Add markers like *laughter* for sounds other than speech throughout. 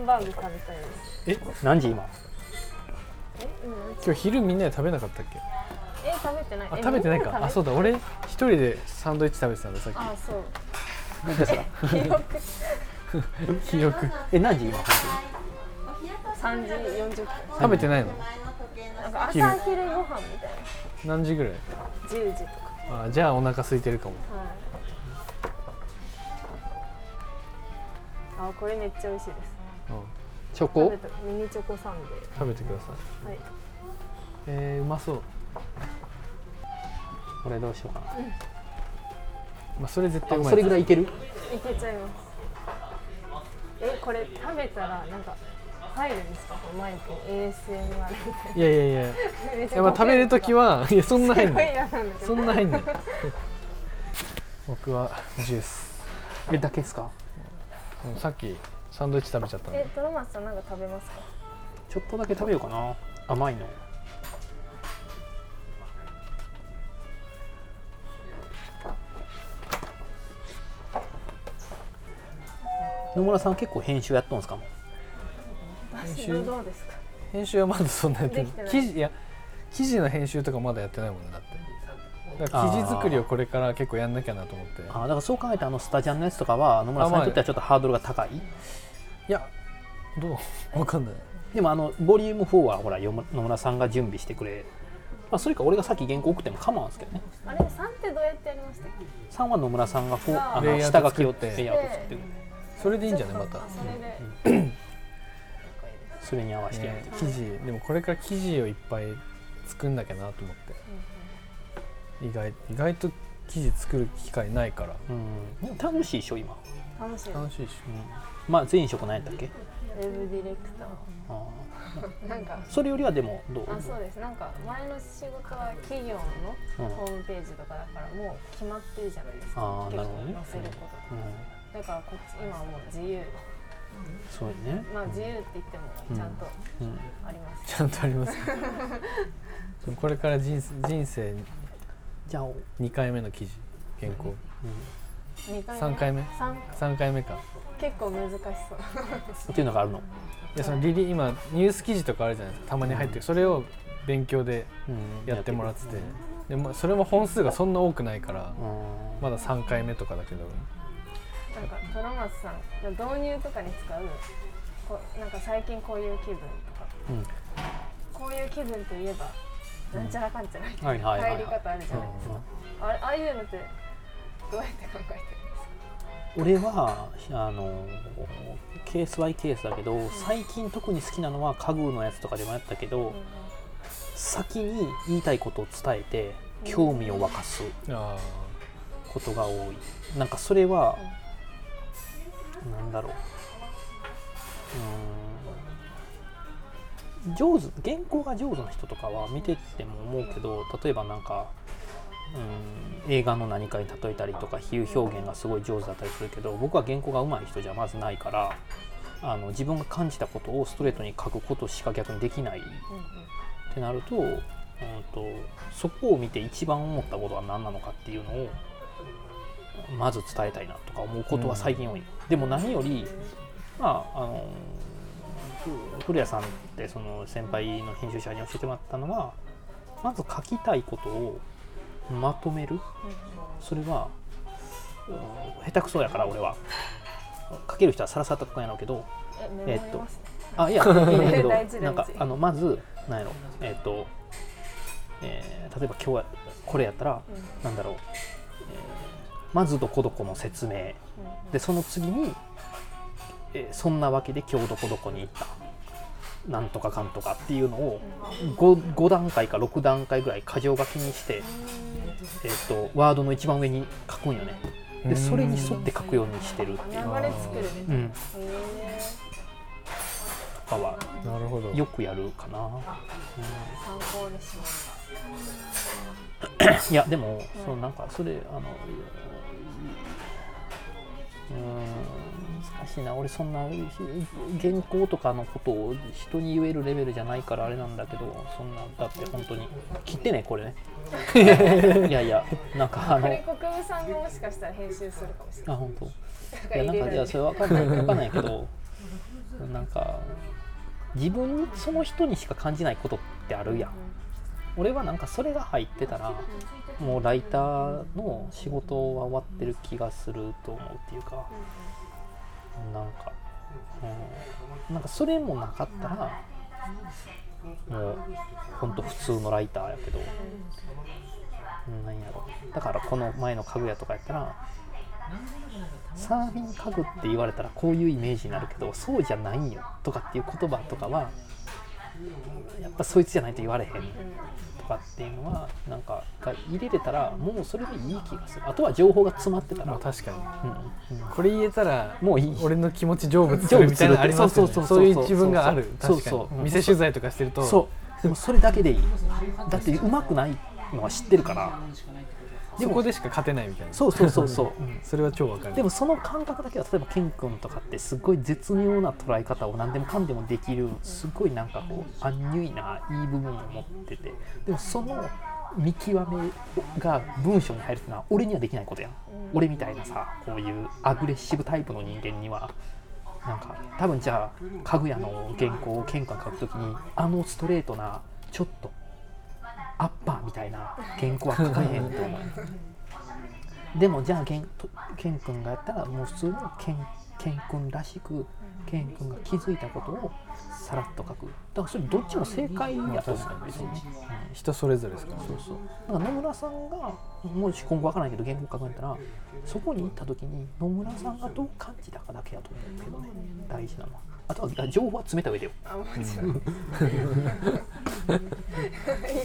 ンバーグ食べたいですえ何時今え今何時今日昼みんなで食べなかったっけえ食べてないあえ食べてないみんかあ食べそうだ俺一人でサンドイッチ食べてたんださっあそうなんかさき記憶え何時今3時40分食べてないのなんか朝昼昼ご飯みたい何時ぐらいな10時とかあじゃあお腹空いてるかもはいあこれめっちゃ美味しいですうんチョ食コべたミニチョコサンデー食べてくださいはいえー、うまそうこれどうしようかまあそれ絶対うまなあいそれぐらいいけるいけちゃいますえこれ食べたらなんか入るんですかこのマイクに ASMR みいやいやいやいたいなやまあ食べるときはいやそんな入んすご *laughs* ないい嫌なんだけそどんな入んない僕はジュースえだけですかうんさっきサンドイッチ食べちゃったんえでトロマスさんなんか食べますかちょっとだけ食べようかな甘いの野村さん結構編集やっとんすかも編私どうですか編集はまだそんなやってないできてない記事いや記事の編集とかまだやってないもんねだってだから記事作りをこれから結構やんなきゃなと思ってあーだからそう考えたあのスタジャンのやつとかは野村さんにとってはちょっとハードルが高いいやどう *laughs* わかんないでもあのボリューム4はほらよも野村さんが準備してくれ、まあ、それか俺がさっき原稿送っても構わんすけどねあれ三ってどうやってやりましたっけ3は野村さんがこうあレのイアウ下ト書作きってをレイアウト作ってるそれでいいんじゃないまちょたっとあそれでそれに合わせてやるね記事でもこれから記事をいっぱい作んなきゃなと思って、意外意外と記事作る機会ないからうん、でも楽しいでしょ今、楽しい楽しいでしょまあ前職なんやったっけウェブディレクタあーなんかーそれよりはでもどうあそうですなんか前の仕事は企業うんのホームページとかだからもう決まってるじゃないですかあー結なる構ほどね載せることうん、だからこっち今はもう自由そうやね、まあ自由って言ってもちゃんとうん、あります、ちゃんとありますそうこれから人生人生じゃあ、うん、 2回目の記事原稿二回3回目三3回目か結構難しそうっていうのがあるの、いやそのリリ今ニュース記事とかあるじゃないですかたまに入ってるそれを勉強でうんやってもらっててでもそれも本数がそんな多くないからうんまだ3回目とかだけどなんかトロマツさん導入とかに使うこうなんか最近こういう気分とかうんこういう気分といえばなんちゃらかんちゃらみたはいいなはいはいはい入り方あるじゃないですか、あれああいうのってどうやって考えてる俺はあのケースバイケースだけど最近特に好きなのは家具のやつとかでもやったけど、先に言いたいことを伝えて興味を沸かすあことが多いなんかそれは、なんだろううーん上手原稿が上手な人とかは見てても思うけど例えばなんかうーん映画の何かに例えたりとか比喩表現がすごい上手だったりするけど僕は原稿が上手い人じゃまずないからあの自分が感じたことをストレートに書くことしか逆にできないってなると,、うん、とそこを見て一番思ったことは何なのかっていうのをまず伝えたいなとか思うことは最近多い、でも何よりまああのふ古谷さんってその先輩の編集者に教えてもらったのはまず書きたいことをまとめるそれはうん下手くそやから俺は書ける人はさらさらと書くんやろうけどんうんうんうんえメえっモとりますね、あいやいいんだけど大事なんか大事あのまずなんやろえっ、と、えー例えば今日はこれやったら、なんだろう、えーまずどこどこの説明うんうんでその次に、えーそんなわけで今日どこどこに行ったなんとかかんとかっていうのを 5, 5段階か6段階ぐらい箇条書きにして、えっとワードの一番上に書くんよねうでんそれに沿って書くようにしてるっていう、流れ作るみたいうん、えとかはあなるほどよくやるかな。参考にしますいやでも、そのなんかそれあのうーん難しいな俺そんなひ原稿とかのことを人に言えるレベルじゃないからあれなんだけどそんなだって本当に切ってねこれねいやいやなんかこあのれ国分さんがもしかしたら編集するかもしれないあ本当なんいか入れらやなんかいれやるそれわかんないわかんないけどなんか自分にその人にしか感じないことってあるやん俺はなんかそれが入ってたらもうライターの仕事は終わってる気がすると思うっていうかなんか、うん、なんかそれもなかったらもうほんと普通のライターやけどなんやろだからこの前の家具屋とかやったらサーフィン家具って言われたらこういうイメージになるけどそうじゃないんよとかっていう言葉とかはやっぱそいつじゃないと言われへんとかっていうのはなんかが入れれたらもうそれでいい気がするあとは情報が詰まってたまあら、確かにうんうんこれ言えたらもういい俺の気持ち成仏するみたいなのありますよね成仏するそういう自分があるそう確そうかそにうそう店取材とかしてるとそうでもそれだけでいいだってうまくないのは知ってるからそこでしか勝てないみたいなそうそうそう *laughs* そう、それは超わかるでもその感覚だけは例えばケン君とかってすごい絶妙な捉え方を何でもかんでもできるすごいなんかこうアンニュイないい部分を持っててでもその見極めが文章に入るってのは俺にはできないことやん俺みたいなさこういうアグレッシブタイプの人間にはなんか多分じゃあかぐやの原稿をケン君が書くときにあのストレートなちょっとアッパーみたいな原稿は書かへんと思う。でもじゃあケンとケン君がやったらもう普通のケンケン君らしくケン君が気づいたことをさらっと書くだからそれどっちも正解やと思うんですよね。人それぞれですからねそうそうなんか野村さんがもし今後わからないけど原稿書くんやったらそこに行った時に野村さんがどう感じたかだけやと思うんだけどね大事なのはあとは情報は詰めた上でよあもちろ *laughs* ん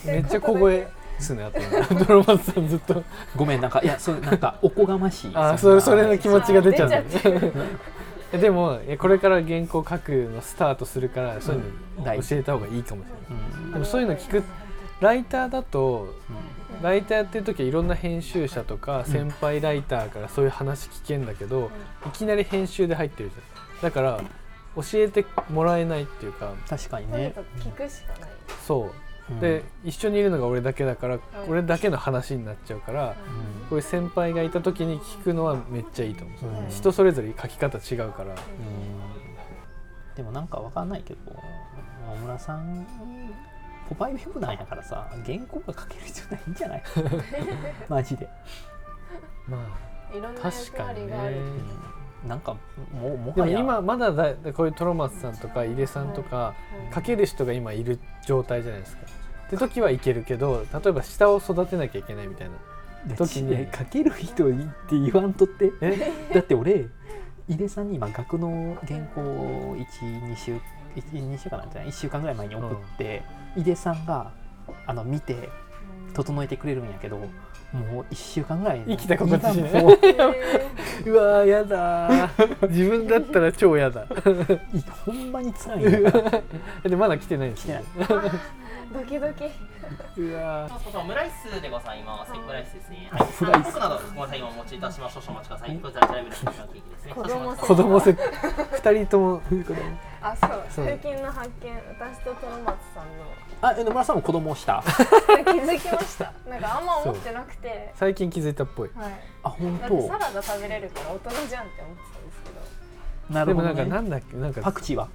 めっちゃ小声ですねあとねドロマンさんずっとごめんなんかいやそうなんかおこがましいあーんそなれそれの気持ちが出ちゃあう出ちゃねえ *laughs* でもえこれから原稿書くのスタートするからそういう大の事教えた方がいいかもしれない、うんでもそういうの聞くライターだとライターやってる時はいろんな編集者とかうん先輩ライターからそういう話聞けんだけど、いきなり編集で入ってるじゃんだから教えてもらえないっていうか確かにとにねかく聞くしかないそううんで、一緒にいるのが俺だけだから俺だけの話になっちゃうから、うんこういう先輩がいた時に聞くのはめっちゃいいと思う、うん人それぞれ書き方違うから、うんでもなんかわかんないけど野村さんポパイウェブなんやからさ原稿が書ける必要ないんじゃないマジで、まいろんあな確役か割にがあるねうんなんかもうもではもや今まだだこういうトロマツさんとか井出さんとかうん書ける人が今いる状態じゃないですかって時はいけるけど例えば下を育てなきゃいけないみたいな時にいや書ける人いって言わんとってえ *laughs* だって俺井出さんに今額の原稿を12週12週間なんじゃない1週間ぐらい前に送って、井出さんがあの見て整えてくれるんやけどもう1週間ぐらい生きた心地しない胃がもううわーやだー自分だったら超やだ *laughs* いほんまに辛いんだからでまだ来てないんです来てないドキドキうわそうそうそう、オムライスでございます。エッグライスですね。はい。ムライスあの僕など、ごめんなさい、今お持ちいたしました。少々お待ちください。こちら、ジャライブライスのケーキですね。子供ー子供せ二人ともあそうそう最近の発見私とトロマツさんの *laughs* あえ野村さんも子供をした気づきましたなんかあんま思ってなくて最近気づいたっぽいはいあ本だってサラ当ダ食べれるから大人じゃんって思ってたんですけどなでるもほなど、んかなね、んだっけなんかパクチーは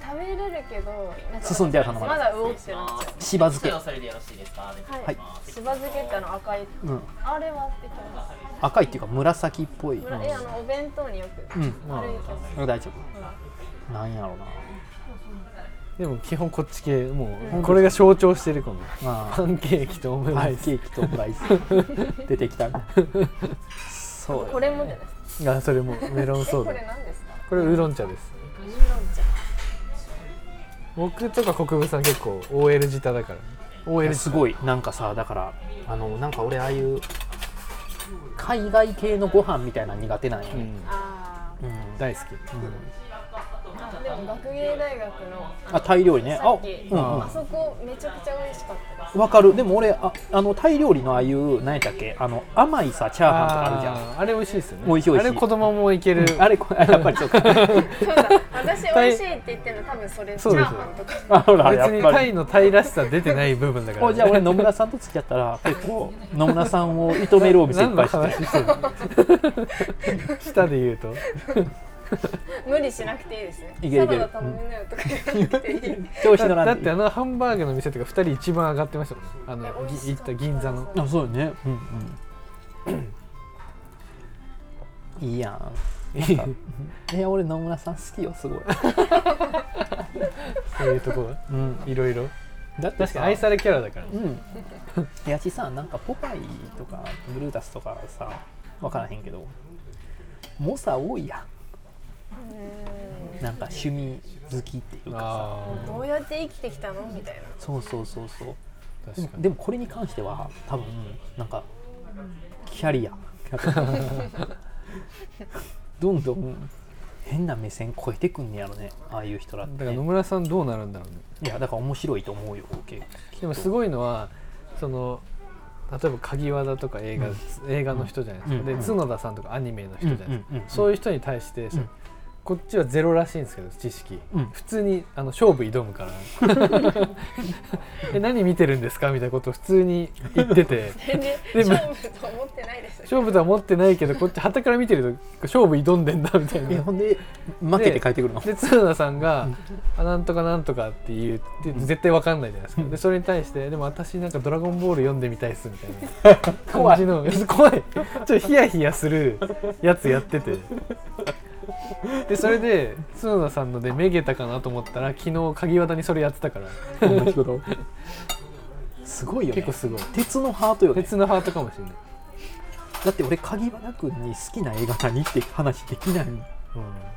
食べれるけどなんか進んでは頼まないまだ魚ってなっちゃしば漬けそれはそれでよろしいですか。うははいいしば漬けってあの赤いうん、あれはってきます赤いっていうか紫っぽい、うんむらえあのお弁当によくうんあれいいけど大丈夫なんやろうなでも基本こっち系もううんこれが象徴してるかも *laughs* まパンケーキとオムあラパインスケーキとオムライス出てきたそうよねこれもじゃないですかあそれもメロンえソー *laughs* こダれ何ですかこれウーロン茶ですウーロン茶僕とか国分さん結構 OL 舌だから OL すごいなんかさだからあのなんか俺ああいう海外系のご飯みたいなの苦手なんようね、んあうん大好ーきでも学芸大学のあタイ料理ねあさっきうんうんあそこめちゃくちゃ美味しかった *laughs* ですわかるでも俺ああのタイ料理のああいう何やったっけあの甘いさチャーハンとかあるじゃんあーあれ美味しいですよね美味しい美味しいあれ子供もいけるあれこあやっぱりそう *laughs* かそうだ私美味しいって言ってるの多分それチそうャでーすよハンとかあほら別やっにぱタりイのタイらしさ出てない部分だからおじ *laughs* ゃあ俺野村さんと付き合ったら結構野村さんを認めるお店いっ何ぱの *laughs* いし話てしてるの舌で言うと無理しなくていいですねいけるいけるサラダ頼みなよとか言わなくていい、調子だ乗だらなってあのハンバーグの店とか2人一番上がってましたもんいねあやの美ぎ味し行かったった銀座のあそうよねうんうんいいやん *laughs* なんかえ俺野村さん好きよすごい、そういうとこがうん、いろいろだっ確てかさに愛されキャラだからねうんいやしさなんかポパイとかブルータスとかさ分からへんけど猛者多いやんなんか趣味好きっていうかさあうん *laughs* どうやって生きてきたのみたいなそうそうそうそうあで確もかにでもこれに関しては多分なんかキャリア *laughs* どんどん変な目線超えてくんねやろねああいう人らっだかて、ら野ね、村さんどうなるんだろうねいやだから面白いと思うよ結構でもすごいのはその例えば鍵和田とか映画,、映画の人じゃないですか、うんでうん角田さんとかアニメの人じゃないですか、うんうんうんそういう人に対して、んこっちはゼロらしいんですけど知識、うん普通にあの勝負挑むから *laughs* え何見てるんですかみたいなことを普通に言ってて全然で *laughs* も勝負と思ってないです勝負とは思ってないけどこっちはたから見てると勝負挑んでんだみたいえな。ほんで負けて帰ってくる *laughs* ので角田さんが「あなんとかなんとか」って言って絶対わかんないじゃないですかでそれに対して「でも私なんか『ドラゴンボール』読んでみたいっす」みたい *laughs* な感じのいや怖いちょっとヒヤヒヤするやつやっててでそれで角田さんのでめげたかなと思ったら昨日鍵綿にそれやってたからすごいよね結構すごい鉄のハートよね鉄のハートかもしれない、だって俺鍵和田君に好きな映画何って話できない *laughs*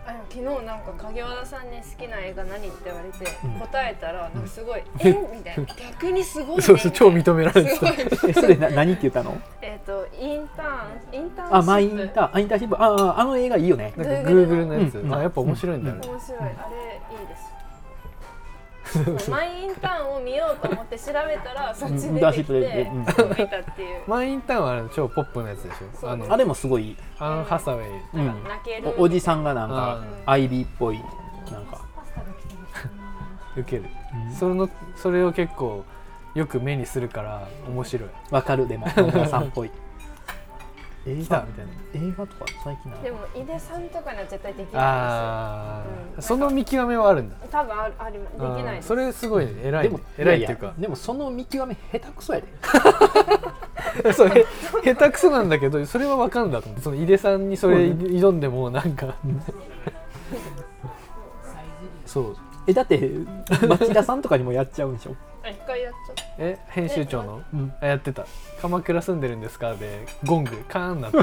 あでも昨日なんか影和田さんに好きな映画何って言われてうん答えたらなんかすごい「えみたいな逆にすごい、ね、そうそう超認められてすたごいえそれな何って言ったのえっとインターンインターンシップあマインターンあインターンシップあああの映画いいよねなんか Google Google のやつ、うんあやっぱ面白いんだね、面白いあれいい *laughs* ですマイインターンを見ようと思って調べたらそっち出てきてうん見たっていうマインターンはあれ超ポップなやつでしょああのれもすごいアン・ハサウェイうん泣けるおおじさんがなんかあアイビーっぽいなんか受ける、そのそれを結構よく目にするから面白いわかるでも野村さんっぽい映 *laughs* 来たみたいな映画とか最近なでも井出さんとかには絶対できないあー、うんその見極めはあるんだです多分あるありできないあーですそれすごいね偉でいねも偉いっやていやうかでもその見極め下手くそや *laughs* でそうへ下手くそなんだけどそれは分かんだと思ってその井出さんにそれ挑んでもなんかそうえだって町田さんとかにもやっちゃうんでしょ、あ一回やっちゃった *laughs* え編集長のうんあやってた「鎌倉住んでるんですか?」でゴングカーンなって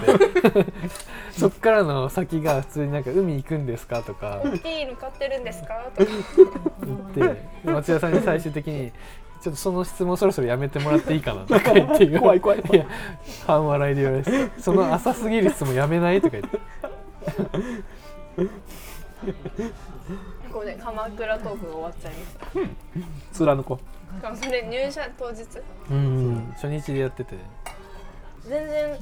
*laughs* そっからの先が普通になんか「海行くんですか?」とかビール買ってるんですかとか言って松田さんに最終的に「ちょっとその質問そろそろやめてもらっていいかな」とか言って言わ *laughs* 怖れてい怖い怖いや半笑いで言われて「その浅すぎる質問やめない?」とか言ってここで鎌倉トークが終わっちゃいまし貫こたしかもそれ入社当日ううん初日でやってて全然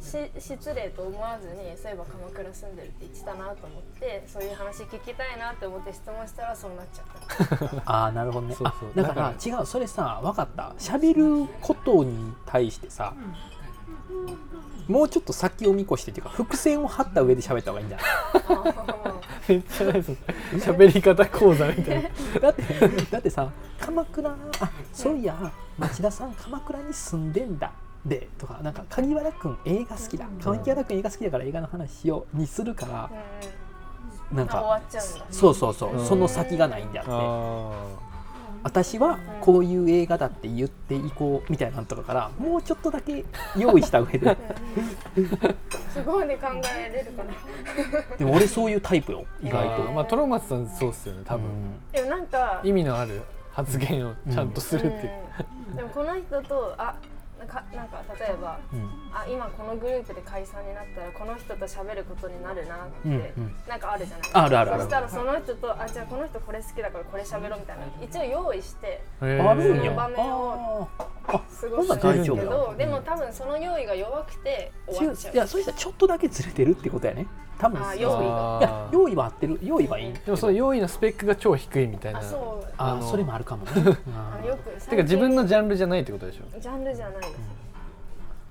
し失礼と思わずにそういえば鎌倉住んでるって言ってたなと思ってそういう話聞きたいなって思って質問したらそうなっちゃったああなるほどねそうそうあだからだ違うそれさ分かった喋ることに対してさもうちょっと先を見越してっていうか伏線を張った上で喋った方がいいんじゃないめっちゃその喋り方講座みたいなだってだってさ鎌倉あそういや町田さん鎌倉に住んでんだでとかなんか鍵原君映画好きだ鍵原君映画好きだから映画の話しようにするからうんうんなんあか終わっちゃ *laughs* うんだそうそうそう、うんその先がないんであってあ私はこういう映画だって言っていこうみたいなのとかからもうちょっとだけ用意した *laughs* 上ですごいね考えれるかなでも俺そういうタイプよ意外あとーまあトロマツさんそうっすよね多多分、分でもなんか意味のある発言をちゃんとするっていう、うんでもこの人とあなんかなんか例えばうんあ今このグループで解散になったらこの人と喋ることになるなって、うんうんなんかあるじゃないですかあるあるあそるしたらその人とあじゃあこの人これ好きだからこれ喋ろうみたいな一応用意してへーあるんそのや場面をあー過ごすんほんならです大丈け夫どだでも多分その用意が弱くて終わっちゃういやそうしたらちょっとだけずれてるってことやね多分あーい用意がや用意は合ってる用意はいいでもその用意のスペックが超低いみたいなあてそうああーのそれもあるかもねああーよくか自分ののジャンルじゃないってことでしょジャンルじゃないです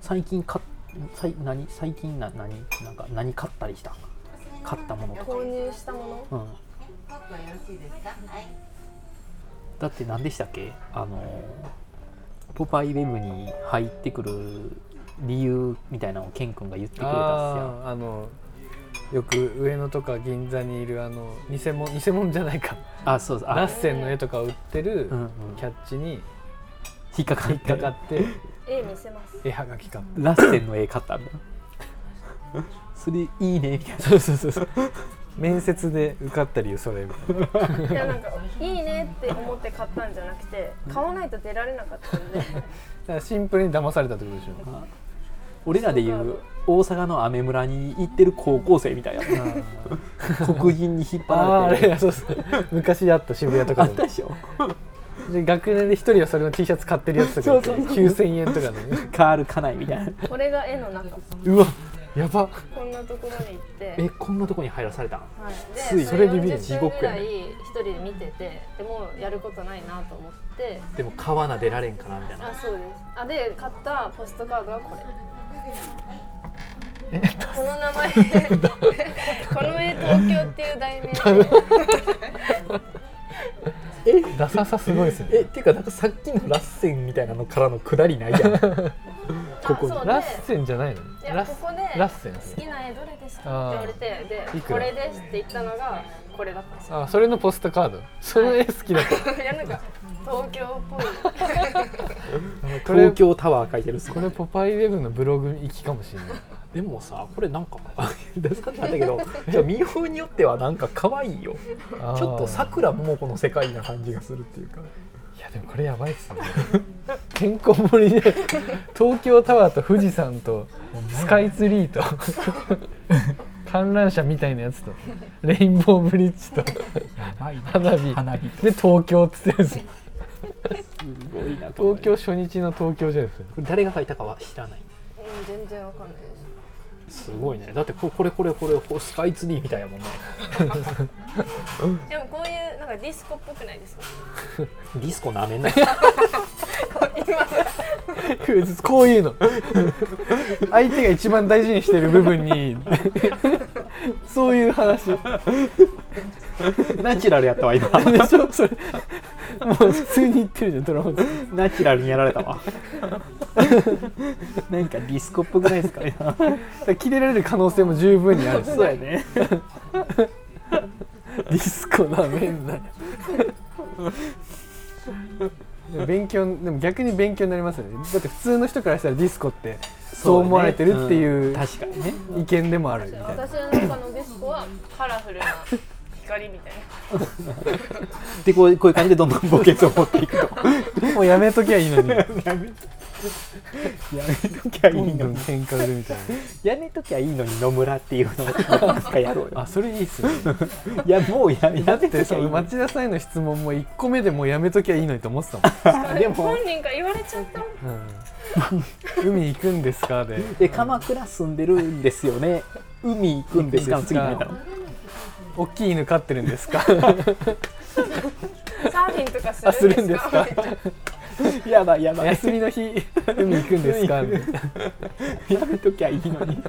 最近か最何最近な何なんか何買ったりした買ったものとか、購入したものうん、だって何でしたっけあのポパイウェブに入ってくる理由みたいなのをケン君が言ってくれたんですよあーあのよく上野とか銀座にいるあの偽物偽物じゃないかあそうそうあラッセンの絵とか売ってるうんうんキャッチに引っかか引っってかか *laughs* って絵見せます絵はがき買ったラッセンの絵買ったみたいな *laughs* それいいねみたいなそうそうそうそう面接で受かった理由それみたいないやなんかいいねって思って買ったんじゃなくて買わないと出られなかったんでだからシンプルに騙されたってことでしょ俺らでいう大阪の雨村に行ってる高校生みたいな黒人に引っあ張ーあられてれそうそう昔あった渋谷とあかったででしょで学年で一人はそれの T シャツ買ってるやつとかいてそうそうそう9000円とかのねカール家内みたいなこれが絵の中うわやばこんなところに行ってえこんなとこに入らされたんはい、ついでそれビビる40地分獄ぐやらねい一人で見ててでもうやることないなと思ってでも川な出られんかなみたいなあそうですあで買ったポストカードはこれこの名 *laughs* 前この絵東京っていう *laughs* 題名でダサさすごいですねえっていうかなんかさっきのラッセンみたいなのからの下りない *laughs* やんここそうでラッセンじゃないのいやラッここでラッセン好きな絵どれですあかーって言われてでいくらこれですって言ったのがこれだったんですよあそれのポストカードその絵好きだ *laughs* った *laughs* いやなんか東京っぽいこれ東京タワー書いてるっすこれポパイウェブのブログ行きかもしれないでもさこれなんか出さんだったけどじゃあ見ようによってはなんか可愛いよあーちょっとさくらももこの世界な感じがするっていうかいやでもこれやばいっすね健康盛りで *laughs* 東京タワーと富士山とスカイツリー *laughs* と観覧車みたいなやつとレインボーブリッジとやばいな花火花火で東京っつってるんですよすごいな東東京京初日の東京じゃないですか *laughs* 誰が書いたかは知らないうん全然わかんないですすごいねだってここれこれこれこれスカイツリーみたいやもんねでもこういうなんかディスコっぽくないですか *laughs* ディスコなめんなよこういうの相手が一番大事にしてる部分に *laughs* そういう話 *laughs* ナチュラルやったわ今でしょそれもう普通に言ってるじゃんドラマでナチュラルにやられ *laughs* たわなんかディスコっぽくないですか今だから切れられる可能性も十分にあるそうやねディスコなめんなよでも *laughs* 勉強でも逆に勉強になりますよねだって普通の人からしたらディスコってそう思われてるっていう確かにね意見でもあるみたいな私の中のディスコはカラフルな光みたいなでこうこういう感じでどんどんボケツを持っていくともうやめときゃいいのに *laughs* やめときゃいどいんどのんに喧嘩売るみたいやめときゃいいのに野村っていうのをなんかやろうなあよそれいいっすねいやもうやめだやっめとてきそゃいいののに *laughs* 町田さんへの質問も1個目でもうやめときゃいいのにと思ってたでも *laughs* 本人から言われちゃったもん、うん、海行くんですかでで鎌倉住んでるんですよね海行くんですかの次に見たの大きい犬飼ってるんですか *laughs* サーフィンとかすあするるんんでですすかかやばい *laughs* やばい *laughs* 休みの日海行くんですか海行くやめときゃいいのに